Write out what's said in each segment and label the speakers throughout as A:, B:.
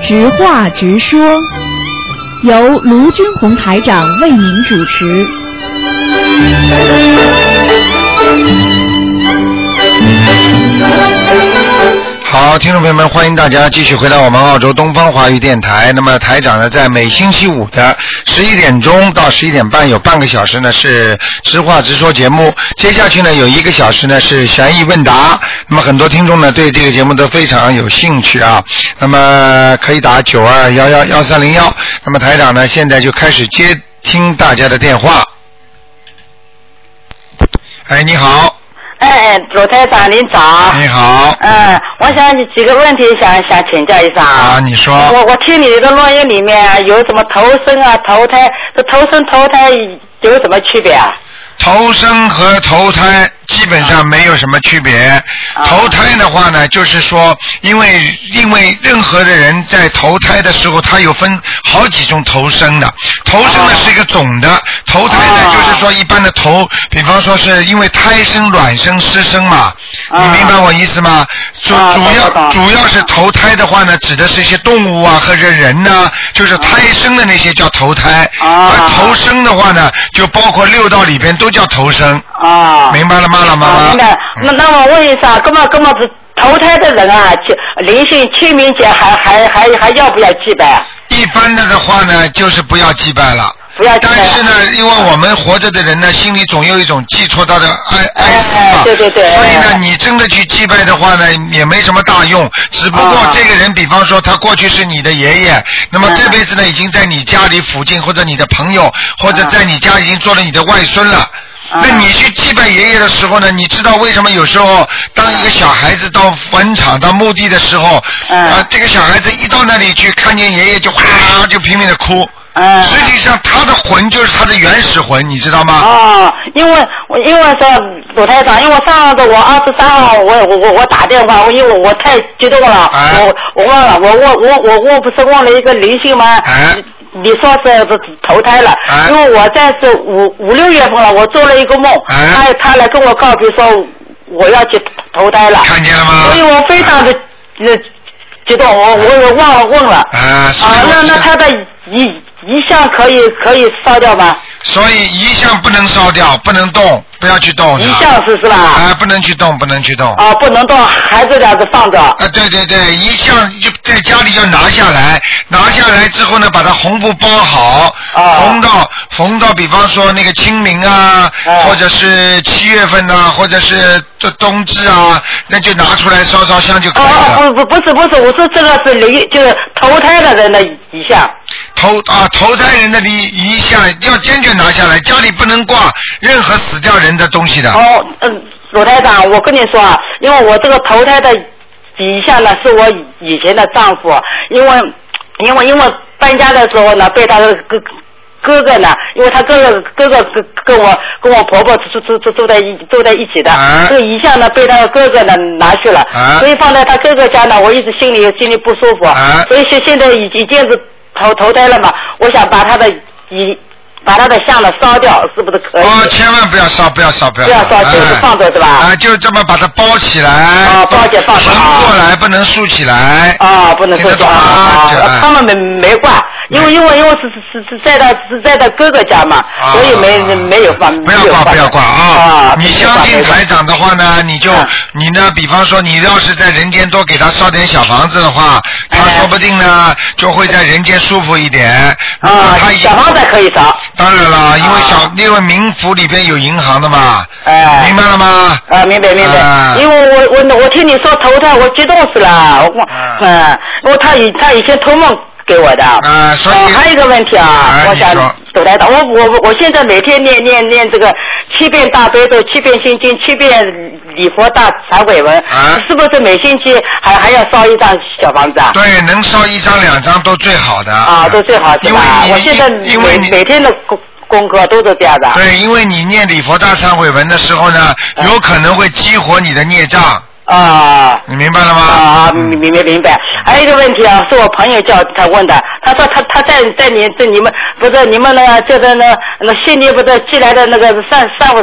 A: 直话直说，由卢军红台长为您主持。
B: 好，听众朋友们，欢迎大家继续回到我们澳洲东方华语电台。那么台长呢，在每星期五的十一点钟到十一点半有半个小时呢是直话直说节目，接下去呢有一个小时呢是悬疑问答。那么很多听众呢对这个节目都非常有兴趣啊，那么可以打九二幺幺幺三零幺。那么台长呢现在就开始接听大家的电话。哎，你好，
C: 哎，罗台长您早。
B: 你好，
C: 嗯，我想几个问题想想请教一下
B: 啊，
C: 啊。
B: 你说，
C: 我我听你的录音里面啊有什么投生啊、投胎，这投生投胎有什么区别啊？
B: 投生和投胎基本上没有什么区别。
C: 啊
B: 投胎的话呢，就是说，因为因为任何的人在投胎的时候，他有分好几种投生的。投生呢
C: 啊
B: 是一个总的，投胎呢
C: 哦
B: 就是说一般的投，比方说是因为胎生、卵生、湿生嘛，你
C: 啊
B: 明白我意思吗？主
C: 啊
B: 主
C: 懂
B: 要
C: 懂懂
B: 主要是投胎的话呢，指的是一些动物啊或者人呐、就是胎生的那些叫投胎，
C: 啊
B: 而投生的话呢，就包括六道里边都叫投生，
C: 啊，
B: 明白了嗯吗，老妈
C: 啊
B: 妈？
C: 明白了。那那我问一下，根本根本投胎的人啊，就灵性清明节还还还还要不要祭拜啊？
B: 一般的的话呢，就是不要祭拜了。
C: 不要祭拜
B: 但是呢，因为我们活着的人呢，心里总有一种寄托他的爱
C: 哎
B: 爱思嘛。
C: 哎对对对
B: 所以呢
C: 哎，
B: 你真的去祭拜的话呢，也没什么大用。只不过
C: 啊嗯
B: 这个人，比方说他过去是你的爷爷，那么这辈子呢，已经在你家里附近或者你的朋友或者在你家已经做了你的外孙了。
C: 啊
B: 那你去祭拜爷爷的时候呢？你知道为什么有时候当一个小孩子到坟场、到墓地的时候，
C: 嗯
B: 啊，这个小孩子一到那里去，看见爷爷就哗就拼命的哭。
C: 嗯。
B: 实际上，他的魂就是他的原始魂，你知道吗？
C: 哦，因为我因为说鲁台长，因为上次我二十三号我我我我打电话，因为我我太激动了，
B: 哎
C: 我我忘了，我我我我我不是问了一个灵性吗？
B: 哎
C: 你说是不是投胎了？
B: 哎
C: 因为我在这五五六月份了，我做了一个梦，
B: 哎
C: 他他来跟我告别说我要去投胎了，
B: 看见了吗？
C: 所以我非常的呃激动，我我我忘了问了。
B: 啊，所以
C: 啊，
B: 我
C: 那那
B: 是
C: 他的遗遗像可以可以烧掉吗？
B: 所以遗像不能烧掉，不能动，不要去动它。
C: 遗像是是吧？
B: 啊，不能去动，不能去动。
C: 啊，不能动，还是这样子放着。
B: 啊，对对对，一向就在家里要拿下来，拿下来之后呢，把它红布包好，
C: 啊
B: 缝到缝到，比方说那个清明啊，
C: 啊
B: 或者是七月份呐、或者是这冬至啊，那就拿出来烧烧香就可
C: 哦
B: 以了。
C: 哦，不不不是不是，我说这个是灵，就是投胎的人的遗像。
B: 投啊，投胎人的遗遗像要坚决拿下来，家里不能挂任何死掉人的东西的。
C: 哦，嗯，鲁台长，我跟你说啊，因为我这个投胎的遗像呢，是我以前的丈夫，因为因为因为搬家的时候呢，被他的哥哥哥呢，因为他哥哥哥哥跟跟我跟我婆婆住住住住在一住在一起的，
B: 啊
C: 这个遗像呢被他的哥哥呢拿去了，
B: 啊
C: 所以放在他哥哥家呢，我一直心里心里不舒服，
B: 啊
C: 所以现现在已已经是投投胎了嘛，我想把他的遗把他的像呢烧掉，是不是可以？
B: 哦，千万不要烧，不要烧，不要烧，
C: 呃不要烧就是
B: 哎
C: 放着是吧
B: 啊，就这么把它包起来，
C: 哦包起来放着
B: 横
C: 啊
B: 过来，不能竖起来。
C: 啊，不能
B: 听
C: 说
B: 得懂吗
C: 啊
B: 这哎
C: 他们没没挂，
B: 嗯
C: 因为因为因为是是是是在他是在他哥哥家嘛，
B: 啊
C: 所以没没有放，
B: 不要
C: 没有
B: 挂，
C: 放
B: 不要挂
C: 啊
B: 啊！！你相信台长的话呢，你就
C: 嗯
B: 你呢，比方说你要是在人间多给他烧点小房子的话，他
C: 哎
B: 说不定呢就会在人间舒服一点。如果
C: 啊
B: 他已，经
C: 小房子可以烧，
B: 当然了，因为小
C: 啊
B: 因为冥府里边有银行的嘛，
C: 哎，
B: 明白了吗？
C: 啊，明白明
B: 啊
C: 白，因为我我我听你说投胎，我激动死了，我
B: 啊
C: 嗯，因为他以他以前托梦给我的，
B: 啊，所以
C: 哦，还有一个问题啊
B: 哎，
C: 我想
B: 你说
C: 走来的，我我我我现在每天念念念这个七遍大悲咒、七遍心经、七遍礼佛大忏悔文，
B: 啊
C: 是不是每星期还还要烧一张小房子啊？
B: 对，能烧一张两张都最好的
C: 啊，都最好是
B: 因为
C: 吧？
B: 你
C: 我现在
B: 因为你
C: 每每天的功功课都是这样的。
B: 对，因为你念礼佛大忏悔文的时候呢，
C: 嗯
B: 有可能会激活你的孽障，
C: 啊
B: 你明白了吗？
C: 啊，
B: 嗯
C: 明明白明白。还有一个问题啊，是我朋友叫他问的，他说他他在在你在你们不是你们那个就是那那悉尼不是寄来的那个山山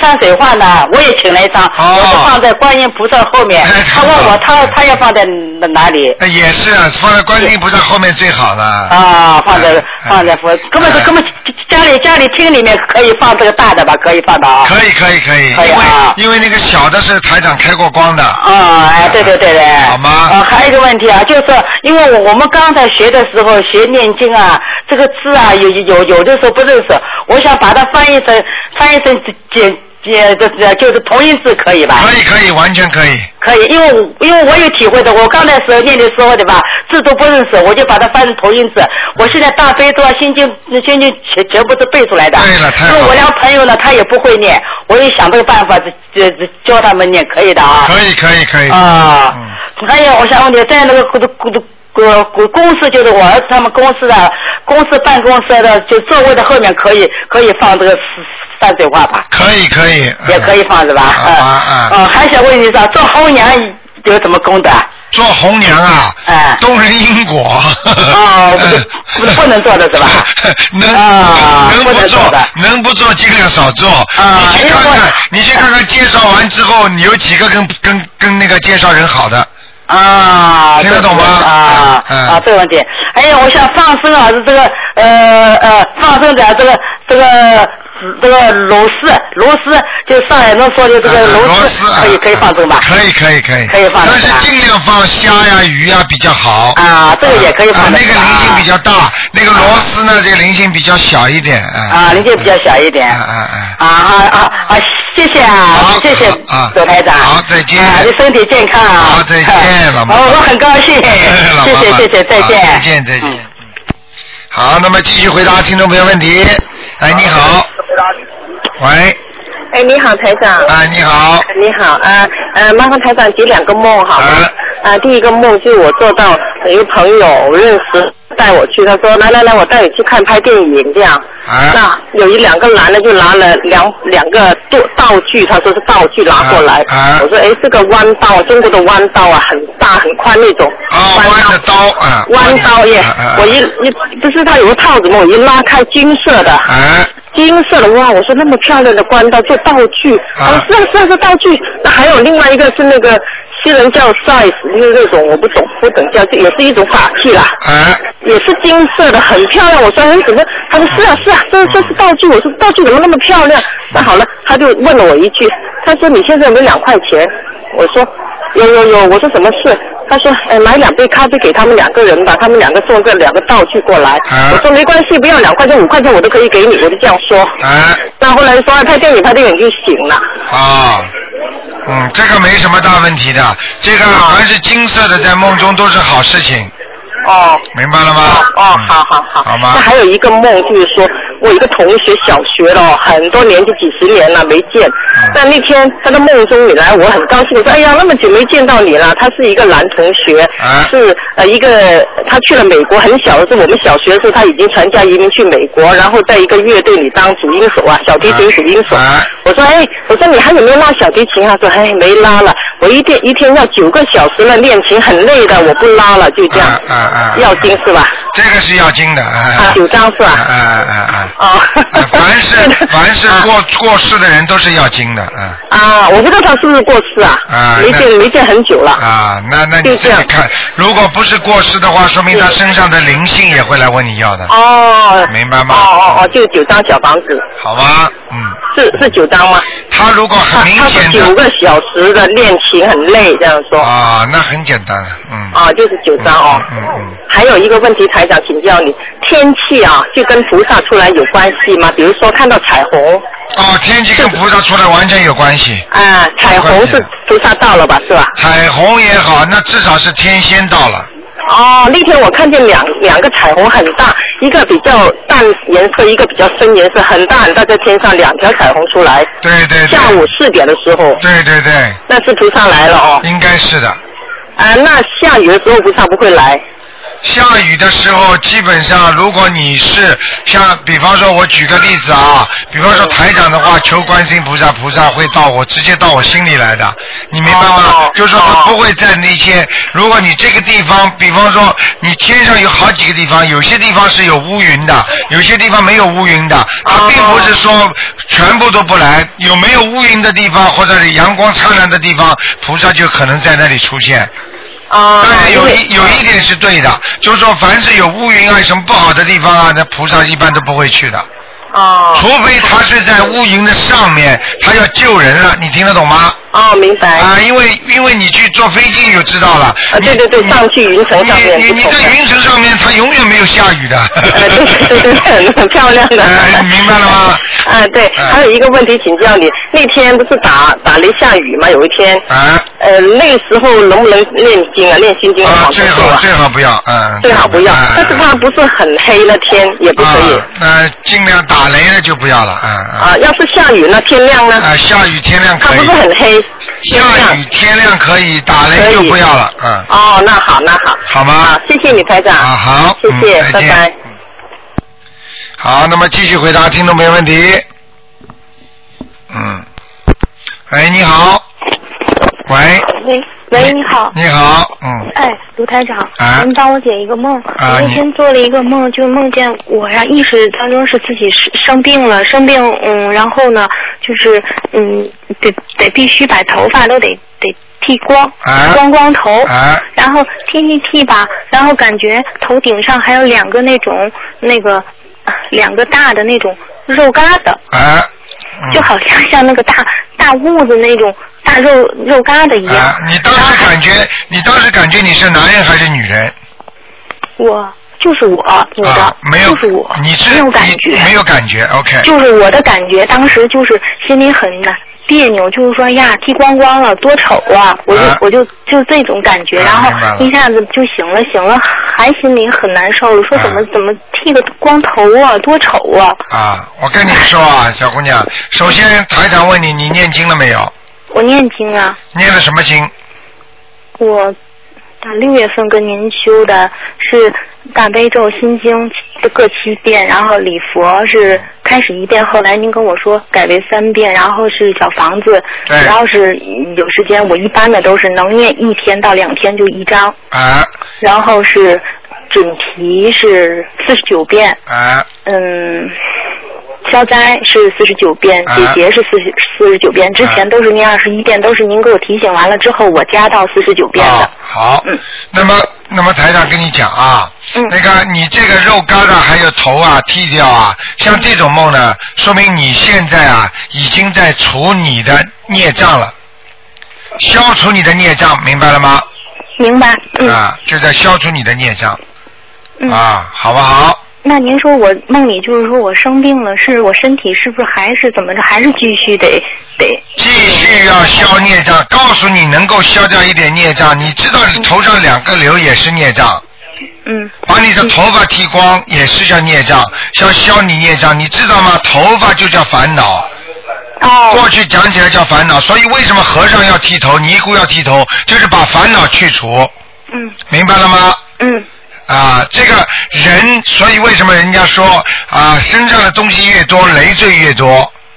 C: 山水画呢，我也请了一张，
B: 哦
C: 我是放在观音菩萨后面
B: 哎。
C: 他问我他他要放在哪哪里？
B: 哎也是啊，放在观世音菩萨后面最好了。
C: 啊，放在
B: 哎
C: 放在佛，根本是
B: 哎
C: 根本家里家里厅里面可以放这个大的吧，可以放的啊。
B: 可以可以可以，
C: 可以
B: 因为
C: 啊
B: 因为那个小的是台长开过光的，
C: 啊，哎，对对对对，
B: 好吗
C: 啊，还有一个问题啊，就是因为我我们刚才学的时候学念经啊，这个字啊，有有有有的时候不认识，我想把它翻译成翻译成简简就是就是同音字可以吧？
B: 可以可以，完全可以。
C: 可以，因为我因为我有体会的，我刚才时候念的时候对吧，字都不认识，我就把它翻成头音字。我现在大悲咒啊、心经、心经全全部都背出来的。
B: 对了太好了
C: 因为我那个朋友呢，他也不会念，我也想这个办法，这这教他们念，可以的啊。
B: 可以可以可以，
C: 啊，
B: 嗯
C: 还有我想问你，在那个公公公公公司，就是我儿子他们公司的公司办公室的，就座位的后面可以可以放这个山水画吧？
B: 可以可以，嗯
C: 也可以放是吧？
B: 好吧嗯
C: 嗯，还想问你啥？做红娘有什么功德？啊
B: 做红娘啊，
C: 哎
B: 动人因果。
C: 哦
B: 嗯
C: 不不不能做的是吧
B: 能
C: 啊
B: 能
C: 不能做
B: 做
C: 的，
B: 能不做尽量少做。
C: 啊
B: 你去看
C: 因为
B: 看
C: 我，
B: 你去看看介绍完之后，你有几个跟跟跟那个介绍人好的？
C: 啊，
B: 听得懂吗
C: 啊、
B: 嗯
C: 啊，这个问题。还有，我想放生啊，是这个呃呃，放生的这个这个这个螺丝螺丝，就上海人说的这个
B: 呃
C: 螺
B: 螺
C: 丝，
B: 丝啊
C: 可以可以放生吧？
B: 可以可以可以，
C: 可以放
B: 但
C: 是吧
B: 是尽量放虾呀鱼呀比较好。
C: 啊，这个也可以
B: 啊
C: 放，
B: 那
C: 的
B: 个
C: 是吧
B: 菱形比较大，那个螺丝呢，这个菱形比较小一点啊。
C: 啊，零件比较小一点。
B: 啊啊
C: 啊啊啊啊！谢谢啊
B: 好，
C: 谢谢
B: 啊
C: 左台长。
B: 好再见
C: 啊，你身体健康啊。
B: 好再见 老妈妈
C: 哦，我很高兴。
B: 啊！ 老
C: 谢
B: 妈
C: 谢
B: 妈
C: 谢谢，再见。
B: 好再见再见。
C: 嗯
B: 嗯好，那么继续回答听众朋友问题。哎，你好。喂，
D: 哎，你好，台长。
B: 哎，你好。
D: 你好，呃呃，麻烦台长解两个梦好吗？
B: 啊
D: 啊、第一个梦就是我做到有一个朋友我认识带我去，他说来来来，我带你去看拍电影这样。
B: 啊，
D: 那有一两个男的就拿了两两个道道具，他说是道具拿过来。
B: 啊啊
D: 我说哎，这个弯道，中国的弯道啊，很大很宽那种。
B: 啊，弯的刀啊，
D: 弯刀耶！
B: 啊啊啊
D: 我一一不是它有个套子嘛，我一拉开金色的，
B: 啊，
D: 金色的哇！我说那么漂亮的关刀做道具，
B: 啊
D: 哦，是啊是啊是道具。那还有另外一个是那个西人叫 size，就是那种我不懂不懂叫，这也是一种法器啦，
B: 啊，
D: 也是金色的，很漂亮。我说哎怎么？他说是啊是啊，这这是道具。我说道具怎么那么漂亮？那好了，他就问了我一句，他说你现在有没有两块钱？我说有有有。我说什么事？他说哎买两杯咖啡给他们两个人吧，他们两个送这两个道具过来。
B: 啊
D: 我说没关系，不要两块钱五块钱我都可以给你，我就这样说。
B: 啊，
D: 那后来说啊拍电影，拍电影就行了。
B: 啊，嗯，这个没什么大问题的，这个
D: 啊
B: 凡是金色的在梦中都是好事情，
D: 哦
B: 明白了吗？
D: 哦，
B: 嗯
D: 好好好。
B: 好吗
D: 那？还有一个梦就是说，我一个同学小学了，很多年就几十年了没见。
B: 嗯
D: 但那天他的梦中你来，我很高兴，我说哎呀，那么久没见到你了。他是一个男同学，
B: 啊
D: 是呃一个他去了美国，很小的时候，我们小学的时候他已经全家移民去美国，然后在一个乐队里当主音手啊，小提琴主音手。
B: 啊
D: 我说哎，我说你还有没有拉小提琴啊？他说哎没拉了，我一天一天要九个小时了练琴，很累的，我不拉了，就这样。
B: 啊啊啊
D: 要经是吧？
B: 这个是要金的，啊
D: 啊，九张是
B: 啊
D: 吧？
B: 啊啊啊！
D: 啊
B: 啊，凡是 凡是
D: 啊
B: 过过世的人都是要经的，啊
D: 啊，我不知道他是不是过世啊，
B: 啊
D: 没
B: 那
D: 见没见很久了。
B: 啊，那那你
D: 就
B: 自
D: 这
B: 己
D: 样
B: 看，如果不是过世的话，说明他身上的灵性也会来问你要的，
D: 哦，
B: 明白
D: 哦
B: 吗
D: 哦哦，就九张小房子，
B: 好吧？嗯，
D: 是是九张吗？
B: 他如果很
D: 他
B: 明
D: 他是
B: 显
D: 九
B: 的
D: 个小时的练琴很累，这样说。
B: 啊，那很简单了，嗯，
D: 哦，就是九张哦。
B: 嗯嗯嗯
D: 还有一个问题，台长请教你，天气啊，就跟菩萨出来有关系吗？比如说看到彩虹，
B: 哦，天气跟菩萨出来完全有关系，
D: 啊，彩
B: 有关
D: 虹
B: 系的
D: 是菩萨到了吧，是吧？
B: 彩虹也好，那至少是天仙到了，
D: 哦，那天我看见两两个彩虹很大，一个比较淡颜色，一个比较深颜色，很大很大，在天上两条彩虹出来。
B: 对对对，
D: 下午四点的时候，
B: 对对对，
D: 那是菩萨来了哦。
B: 应该是的。
D: 啊，那下雨的时候菩萨不会来。
B: 下雨的时候，基本上如果你是像比方说，我举个例子啊，比方说台长的话，求观世音菩萨，菩萨会到我直接到我心里来的，你明白吗
C: 哦？
B: 就是说他不会在那些，如果你这个地方，比方说你天上有好几个地方，有些地方是有乌云的，有些地方没有乌云的，他并不是说全部都不来，有没有乌云的地方或者是阳光灿烂的地方，菩萨就可能在那里出现。
D: 哦
C: 啊
B: 对，
C: 因
B: 有
C: 为
B: 一有一点是对的，就是说凡是有乌云啊、什么不好的地方啊，那菩萨一般都不会去的，
D: 哦
B: 除非他是在乌云的上面，他要救人了，你听得懂吗？
D: 哦，明白。
B: 啊，因为因为你去坐飞机你就知道了。
D: 啊，
B: 你
D: 对对对，上去云层上面
B: 你你
D: 不
B: 你
D: 错
B: 在。云层上面，它永远没有下雨的。
D: 呃， 对对对，很很漂亮的。
B: 哎明白了吗
D: 啊，对，
B: 哎
D: 还有一个问题请教你，那天不是打打雷下雨吗？有一天，
B: 啊
D: 呃，那时候能不能念经啊？念心经
B: 啊，
D: 好
B: 最
D: 做
B: 好
D: 啊
B: 最？好不要，嗯。
D: 最好不要
B: 嗯，
D: 但是它不是很黑那天也不可以
B: 啊，那尽量打雷了就不要了，嗯嗯。
D: 啊。要是下雨那天亮呢？
B: 啊，下雨天亮
D: 它
B: 可以。
D: 不是很黑，天
B: 下雨
D: 亮。
B: 天亮可以，打
D: 可
B: 雷
D: 以
B: 就不要了，嗯，
D: 哦，那好那好。
B: 好吗
D: 好，？谢谢你台长。
B: 啊，好，
D: 谢谢
B: 嗯，再
D: 拜
B: 见。
D: 拜。
B: 好，那么继续回答听众朋友问题。嗯，哎，你好，喂，
E: 喂喂，你好。
B: 你好，嗯，
E: 哎，卢台长，
B: 啊
E: 您帮我解一个梦。
B: 啊
E: 我那
B: 你
E: 天做了一个梦，就梦见我呀，意识当中是自己生生病了，生病，嗯，然后呢，就是嗯，得得必须把头发都得得剃光，
B: 啊
E: 光光头。
B: 哎，
E: 然后剃剃剃吧，然后感觉头顶上还有两个那种那个两个大的那种肉疙瘩，
B: 哎，嗯
E: 就好像像那个大大痦子那种大肉肉疙瘩一样。
B: 哎，你当时感觉，你当时感觉你是男人还是女人？
E: 我就是我，女的，
B: 啊，没有，
E: 就是我，
B: 你是
E: 没有感
B: 你
E: 觉，
B: 没有感觉，OK，
E: 就是我的感觉，当时就是心里很别扭，就是说呀，剃光光了，多丑啊！我就、
B: 啊
E: 我就就这种感觉，
B: 啊
E: 然
B: 明白了
E: 后一下子就醒了，醒了还心里很难受了，说
B: 啊
E: 怎么、怎么剃个光头啊，多丑啊！
B: 啊，我跟你说啊，小姑娘，首先台长问你，你念经了没有？
E: 我念经啊，
B: 念了什么经？
E: 我打六月份跟您修的是大悲咒心经各七遍，然后礼佛是开始一遍，后来您跟我说改为三遍，然后是小房子，
B: 对
E: 只要是有时间，我一般的都是能念一天到两天就一张，
B: 啊
E: 然后是准提是四十九遍，
B: 啊
E: 嗯。消灾是四十九遍，
B: 啊
E: 解结是四十四十九遍，之前都是念二十一遍，都是您给我提醒完了之后，我加到四十九遍的
B: 啊。，好
E: 嗯。
B: 那么，那么台长跟你讲啊，
E: 嗯
B: 那个你这个肉疙瘩还有头啊剃掉啊，像这种梦呢，
E: 嗯
B: 说明你现在啊已经在除你的孽障了，消除你的孽障，明白了吗？
E: 明白，嗯、
B: 啊，就在消除你的孽障
E: 嗯。
B: 啊，好不好？
E: 那您说我梦里就是说我生病了，是我身体是不是还是怎么着，还是继续得得
B: 继续要消孽障，告诉你能够消掉一点孽障，你知道你头上两个瘤也是孽障。
E: 嗯
B: 把你的头发剃光也是叫孽障，叫消你孽障，你知道吗？头发就叫烦恼，
E: 哦
B: 过去讲起来叫烦恼，所以为什么和尚要剃头，尼姑要剃头，就是把烦恼去除，
E: 嗯
B: 明白了吗？
E: 嗯
B: 啊，这个人，所以为什么人家说啊，身上的东西越多，累赘越多，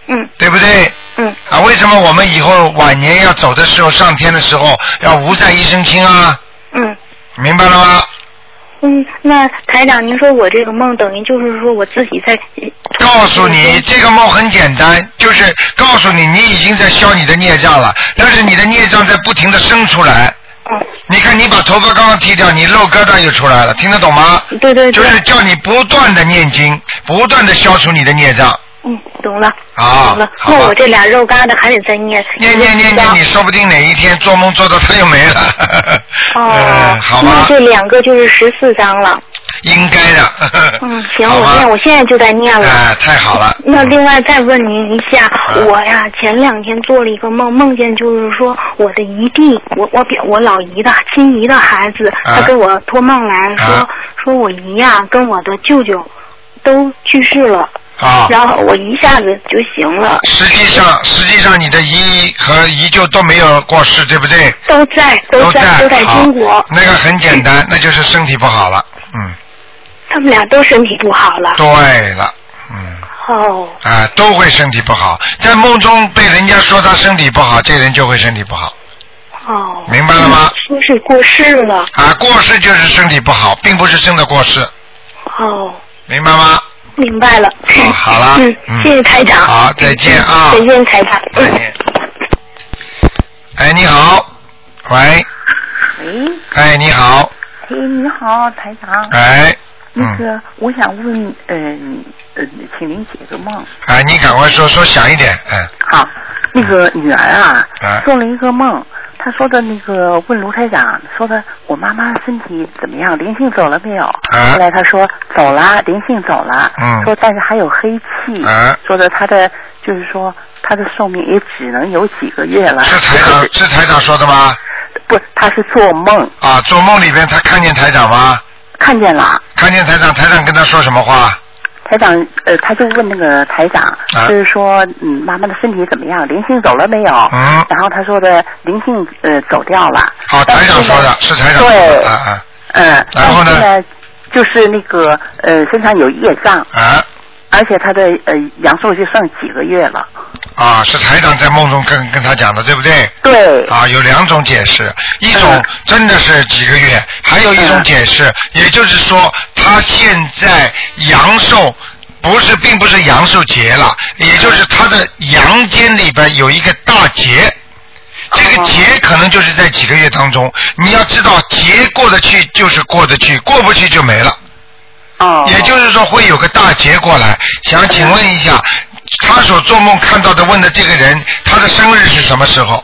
E: 嗯
B: 对不对？
E: 嗯
B: 啊，为什么我们以后晚年要走的时候，上天的时候要无债一身轻啊？
E: 嗯
B: 明白了吗？
E: 嗯，那台长，您说我这个梦等于就是说我自己在
B: 告诉你，这个梦很简单，就是告诉你，你已经在消你的孽障了，但是你的孽障在不停的生出来。
E: 嗯，
B: 你看，你把头发刚刚剃掉，你肉疙瘩又出来了，听得懂吗？
E: 对对对，
B: 就是叫你不断的念经，不断的消除你的孽障
E: 嗯，懂了
B: 啊
E: 懂了。。
B: 好
E: 那
B: 吧
E: 我。这俩肉疙瘩还得再念
B: 念念念念，你说不定哪一天做梦做到它又没了。
E: 哦
B: 嗯，，好
E: 那
B: 吧，
E: 这两个就是十四章了。
B: 应该的。
E: 嗯，行，
B: 好
E: 我
B: 吧
E: 念，我现在就在念了。
B: 哎，太好了。
E: 那另外再问您一下
B: 嗯，
E: 我呀前两天做了一个梦，梦见就是说我的姨弟，我我表我老姨的亲姨的孩子，他
B: 嗯
E: 给我托梦来说、
B: 嗯
E: 说我姨呀跟我的舅舅都去世了，
B: 啊。
E: 然后我一下子就醒了，
B: 实际上，实际上你的姨和姨舅都没有过世，对不对？
E: 都在
B: 在
E: 在都在
B: 好
E: 中国，
B: 那个很简单，那就是身体不好了。嗯，
E: 他们俩都身体不好了。
B: 对了，嗯，
E: 哦，
B: 啊，都会身体不好，在梦中被人家说他身体不好，这人就会身体不好，
E: 哦。
B: 明白了吗？
E: 说是过世了。
B: 啊，过世就是身体不好，并不是真的过世，
E: 哦，
B: 明白吗？
E: 明白了。
B: 好好了
E: 嗯
B: 嗯，
E: 谢谢台长。嗯
B: 好再见啊
E: 再见，台长。
B: 再见。哎，你好，喂，
F: 喂，
B: 哎，你好，
F: 哎，你好，台长。
B: 哎，
F: 那
B: 嗯，
F: 个，我想问，嗯呃，请您解个梦。
B: 哎，你赶快说说响一点，嗯，
F: 好，那个女儿啊
B: 哎，
F: 做了一个梦，她说的那个问卢台长，说的我妈妈身体怎么样，灵性走了没有？
B: 哎
F: 后来她说走了，灵性走了。
B: 嗯
F: 说但是还有黑气。
B: 哎
F: 说的她的就是说她的寿命也只能有几个月了。
B: 是台长是台长说的吗？
F: 不，她是做梦
B: 啊，做梦里边他看见台长吗？
F: 看见了。
B: 看见台长，台长跟他说什么话？
F: 台长，呃，他就问那个台长，
B: 啊
F: 就是说，嗯，妈妈的身体怎么样？灵性走了没有？
B: 嗯
F: 然后他说的灵性呃走掉了。
B: 好，
F: 但
B: 台长
F: 呢
B: 说的，是台长说
F: 对
B: 的，啊
F: 嗯。
B: 然后呢
F: 但是呢？就是那个呃，身上有业障，
B: 啊啊
F: 而且他的呃阳寿就剩几个月了。
B: 啊！是台长在梦中跟跟他讲的，对不对？
F: 对，
B: 啊，有两种解释，一种
F: 嗯
B: 真的是几个月，还有一种
F: 嗯
B: 解释，也就是说他现在阳寿不是，并不是阳寿劫了，也就是他的阳间里边有一个大劫。这个
F: 哦
B: 劫可能就是在几个月当中，你要知道劫过得去就是过得去，过不去就没了。
F: 哦，
B: 啊也就是说会有个大劫过来。想请问一下，他所做梦看到的问的这个人，他的生日是什么时候？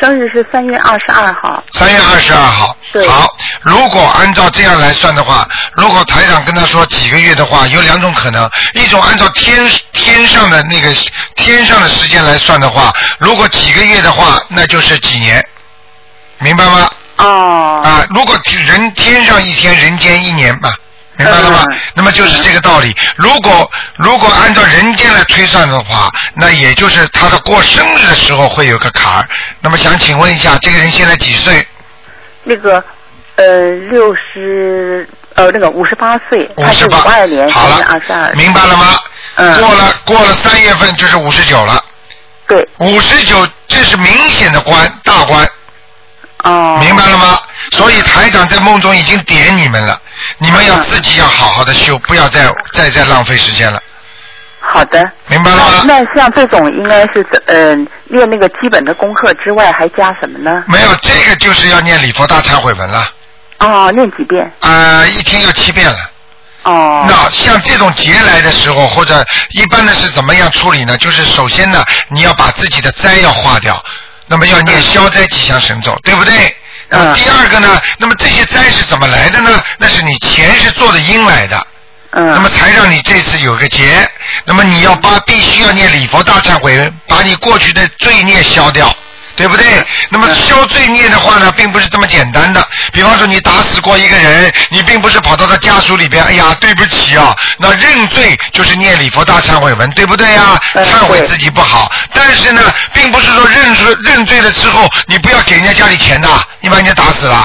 F: 生日是三月二十二号。
B: 三月二十二号。
F: 对
B: 好，如果按照这样来算的话，如果台长跟他说几个月的话，有两种可能：一种按照天天上的那个天上的时间来算的话，如果几个月的话，那就是几年，明白吗？
F: 哦。
B: 啊，如果人天上一天，人间一年嘛，明白了吗？
F: 嗯
B: 那么就是这个道理。如果如果按照人间来推算的话，那也就是他的过生日的时候会有个坎儿。那么想请问一下，这个人现在几岁？
F: 那个呃六十呃那个五十八岁，
B: 五
F: 他是
B: 十
F: 五
B: 八。
F: 二年
B: 哦好
F: 三
B: 了
F: 月二十二。
B: 明白了吗？
F: 嗯
B: 过了过了三月份就是五十九了，
F: 对，
B: 五十九这是明显的官大官。
F: 哦。
B: 明白了吗？所以台长在梦中已经点你们了，你们
F: 嗯
B: 要自己要好好的修，不要再再再浪费时间了，
F: 好的。
B: 明白
F: 哦那
B: 了吗？
F: 那像这种应该是怎嗯、练那个基本的功课之外，还加什么呢？
B: 没有，这个就是要念礼佛大忏悔文了，嗯
F: 哦，练几遍？
B: 呃，一天要七遍了。
F: 哦。
B: 那像这种劫来的时候，或者一般的是怎么样处理呢？就是首先呢，你要把自己的灾要化掉，那么要念消灾吉祥神咒，对不对？那么
F: 嗯
B: 第二个呢，那么这些灾是怎么来的呢？那是你前世做的因来的。
F: 嗯。
B: 那么才让你这次有个结。那么你要把必须要念礼佛大忏悔，把你过去的罪孽消掉。对不对？
F: 嗯
B: 那么消罪孽的话呢，并不是这么简单的。比方说，你打死过一个人，你并不是跑到他家属里边，哎呀，对不起啊，那认罪就是念礼佛大忏悔文，对不对啊？
F: 嗯
B: 忏悔
F: 对
B: 自己不好，但是呢，并不是说认罪认罪了之后，你不要给人家家里钱的，你把人家打死了，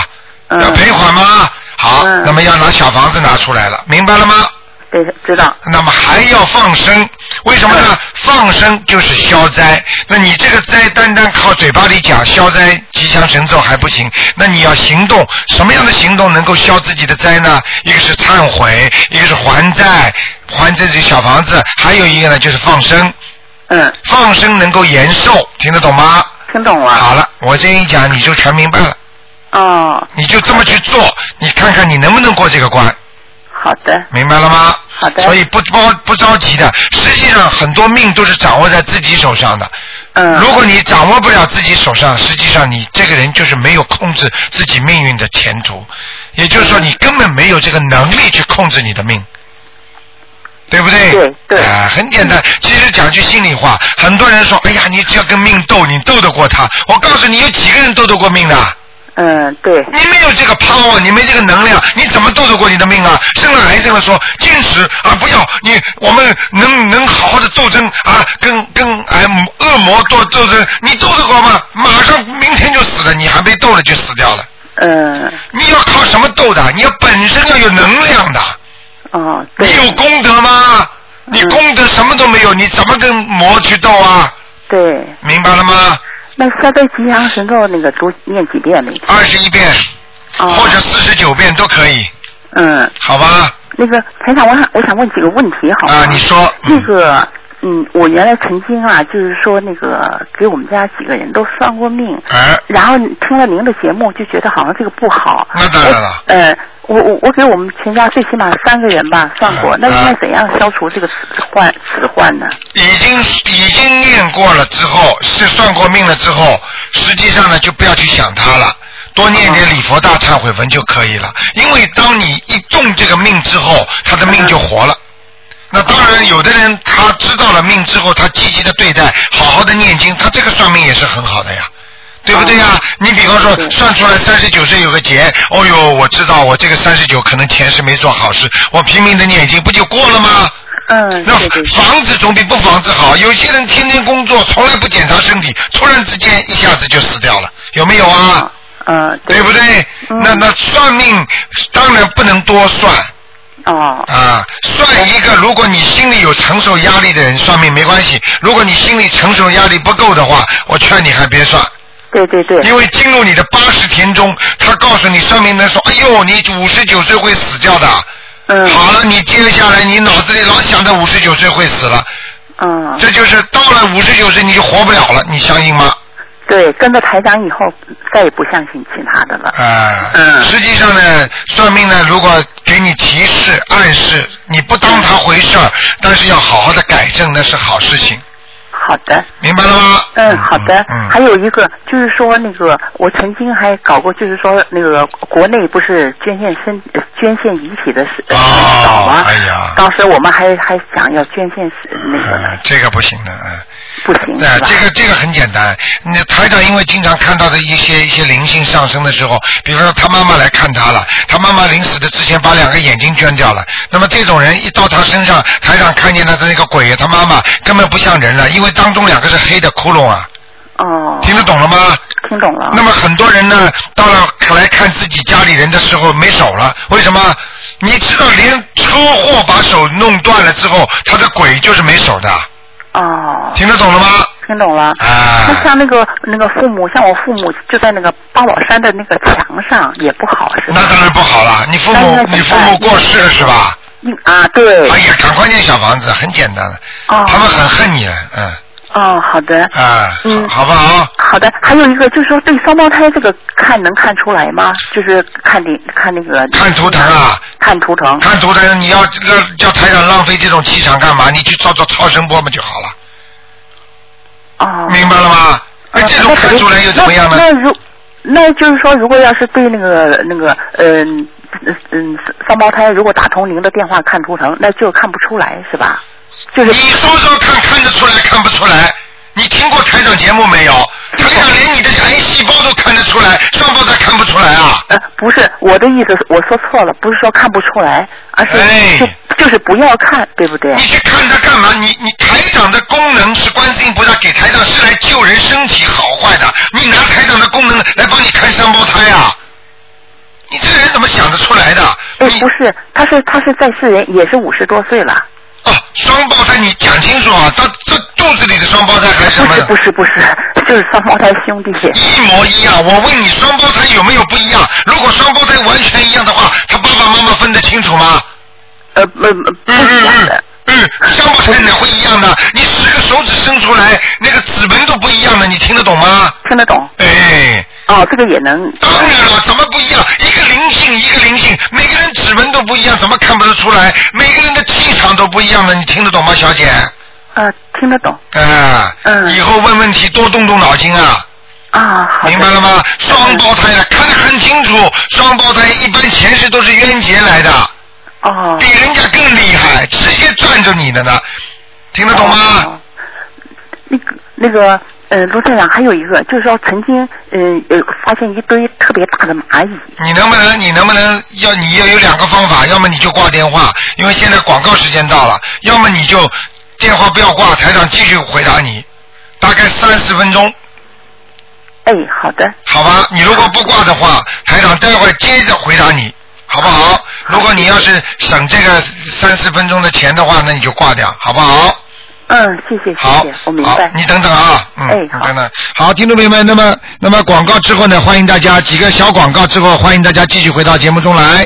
F: 嗯
B: 要赔款吗？好，
F: 嗯
B: 那么要拿小房子拿出来了，明白了吗？
F: 对，知道。
B: 那么还要放生，为什么呢？放生就是消灾。那你这个灾单单靠嘴巴里讲消灾吉祥神咒还不行，那你要行动。什么样的行动能够消自己的灾呢？一个是忏悔，一个是还债，还自己小房子，还有一个呢就是放生。
F: 嗯，
B: 放生能够延寿，听得懂吗？
F: 听懂了。
B: 好了，我这一讲你就全明白了，
F: 哦，
B: 你就这么去做，你看看你能不能过这个关。
F: 好的。
B: 明白了吗？
F: 好的
B: 所以不着不着急的，实际上很多命都是掌握在自己手上的。
F: 嗯。
B: 如果你掌握不了自己手上，实际上你这个人就是没有控制自己命运的前途，也就是说你根本没有这个能力去控制你的命。对不对？
F: 对对嗯
B: 啊、很简单。其实讲句心里话，很多人说：“哎呀，你只要跟命斗，你斗得过他。”我告诉你，有几个人斗得过命的？
F: 嗯，对，
B: 你没有这个 power，你没这个能量，你怎么斗得过你的命啊？生了癌症了说坚持啊，不要你，我们能能好好的斗争啊，跟跟癌恶魔做斗争，你斗得过吗？马上明天就死了，你还没斗了就死掉了。
F: 嗯
B: 你要靠什么斗的？你要本身要有能量的，
F: 哦，对
B: 你有功德吗？你功德什么都没有，你怎么跟魔去斗啊？
F: 对，
B: 明白了吗？
F: 那消灾吉祥神咒那个读念几遍每天？
B: 二十一遍
F: 哦，
B: 或者四十九遍都可以，
F: 嗯，
B: 好吧？啊
F: 那个台长，我还我想问几个问题，好吗？
B: 啊，你说，
F: 这
B: 嗯
F: 个，嗯，我原来曾经啊，就是说那个给我们家几个人都算过命，
B: 哎，
F: 然后听了您的节目，就觉得好像这个不好。
B: 那当然了。
F: 呃，我我我给我们全家最起码三个人吧算过，那应该
B: 啊
F: 怎样消除这个此患此患呢？
B: 已经已经念过了之后，是算过命了之后，实际上呢就不要去想它了，多念点礼佛大忏悔文就可以了。因为当你一动这个命之后，他的命就活了。那当然，有的人他知道了命之后，他积极的对待，好好的念经，他这个算命也是很好的呀。对不对呀、你比方说算出来三十九岁有个劫，哦呦，我知道我这个三十九可能前世没做好事，我拼命的念经不就过了吗？
F: 嗯，
B: 那
F: 对对对，
B: 防止总比不防止好。有些人天天工作，从来不检查身体，突然之间一下子就死掉了，有没有啊？
F: 嗯，
B: 对不对？
F: 嗯
B: 那那算命当然不能多算
F: 哦，
B: 啊，算一个。如果你心里有承受压力的人，算命没关系；如果你心里承受压力不够的话，我劝你还别算。
F: 对对对，
B: 因为进入你的八十天中，他告诉你算命的说：“哎呦，你五十九岁会死掉的。”
F: 嗯
B: 好了，你接下来你脑子里老想着五十九岁会死了，
F: 嗯，
B: 这就是到了五十九岁你就活不了了，你相信吗？
F: 对，跟着台长以后再也不相信其他的了。
B: 啊、
F: 嗯
B: 实际上呢，算命呢，如果给你提示暗示，你不当它回事儿，但是要好好的改正，那是好事情，
F: 好的，
B: 明白了吗？
F: 嗯，好的。
B: 嗯，
F: 还有一个就是说，那个我曾经还搞过，就是说那个国内不是捐献身呃捐献遗体的事
B: 哦
F: 呃少吗？
B: 哎呀
F: 当时我们还还想要捐献是那个
B: 呃这个不行的，嗯。
F: 不行
B: 哎、
F: 是吧？
B: 这个这个很简单。那台长因为经常看到的一些一些灵性上升的时候，比方说他妈妈来看他了，他妈妈临死的之前把两个眼睛捐掉了。那么这种人一到他身上，台长看见他的那个鬼，他妈妈根本不像人了，因为当中两个是黑的窟窿啊，
F: 哦，
B: 听得懂了吗？
F: 听懂了。
B: 那么很多人呢，到了来看自己家里人的时候没手了，为什么？你知道，连车祸把手弄断了之后，他的鬼就是没手的，
F: 哦，
B: 听得懂了吗？
F: 听懂了。
B: 啊
F: 那像那个那个父母，像我父母就在那个八宝山的那个墙上，也不好是吧
B: 那？当然不好了，你父母
F: 那那怎么办
B: 你父母过世了是吧？
F: 嗯啊，对。
B: 哎呀，赶快建小房子，很简单的，
F: 哦
B: 哎他们很恨你的，嗯
F: 哦，好的。
B: 啊，
F: 嗯
B: 好好不好？
F: 好的，还有一个就是说对双胞胎这个看能看出来吗？就是看那看那个
B: 看图腾啊，
F: 看图腾。
B: 看图腾，你要让叫台长浪费这种气场干嘛？你去照照超声波嘛就好了，
F: 哦。
B: 明白了吗？那
F: 嗯
B: 这种看出来又怎么样呢？
F: 那那如那就是说，如果要是对那个那个嗯嗯双胞胎，如果打通您的电话看图腾，那就看不出来是吧？就是
B: 你说说看，看得出来看不出来？你听过台长节目没有？台长连你的癌细胞都看得出来，双胞胎看不出来啊？
F: 呃不是我的意思是，我说错了，不是说看不出来，而
B: 哎
F: 是就、就是不要看，对不对
B: 你？去看他干嘛？你你台长的功能是观世音菩萨给台长是来救人身体好坏的，你拿台长的功能来帮你看双胞胎啊？你这个人怎么想得出来的？
F: 哎，
B: 你
F: 不是，他是他是在世人，也是五十多岁了。
B: 哦，双胞胎你讲清楚啊，他这肚子里的双胞胎还是什么的
F: 呃不是不是 不是，就是双胞胎兄弟。
B: 一模一样，我问你，双胞胎有没有不一样？如果双胞胎完全一样的话，他爸爸妈妈分得清楚吗？
F: 呃，不不不
B: 嗯
F: 一样
B: 嗯
F: 的。
B: 嗯，嗯，双胞胎哪会一样的？你十个手指伸出来，那个指纹都不一样的，你听得懂吗？
F: 听得懂？
B: 哎，
F: 哦，这个也能。
B: 当然了，怎么不一样？一个灵性，一个灵性，每个人指纹都不一样，怎么看不得出来？每个人的气场都不一样的，你听得懂吗，小姐？
F: 呃，听得懂
B: 啊，
F: 嗯
B: 以后问问题多动动脑筋啊，
F: 啊，好的
B: 明白了吗？双胞胎的看得很清楚，双胞胎一般前世都是冤结来的，
F: 哦。
B: 比人家更厉害，直接攥着你的呢，听得懂吗？
F: 哦那个那个呃，卢站长还有一个，就是说曾经嗯呃发现一堆特别大的蚂蚁。
B: 你能不能，你能不能要你要有两个方法，要么你就挂电话，因为现在广告时间到了，要么你就电话不要挂，台长继续回答你，大概三十分钟，
F: 哎，好的，
B: 好吧？你如果不挂的话，台长待会儿接着回答你，好不好？如果你要是省这个三四分钟的钱的话，那你就挂掉，好不好？
F: 嗯，谢谢
B: 好
F: 谢谢，我明
B: 好
F: 白，。
B: 你等等啊，嗯，
F: 哎
B: 你
F: 好
B: 等等。好，听众朋友们，那么那么广告之后呢，欢迎大家几个小广告之后，欢迎大家继续回到节目中来。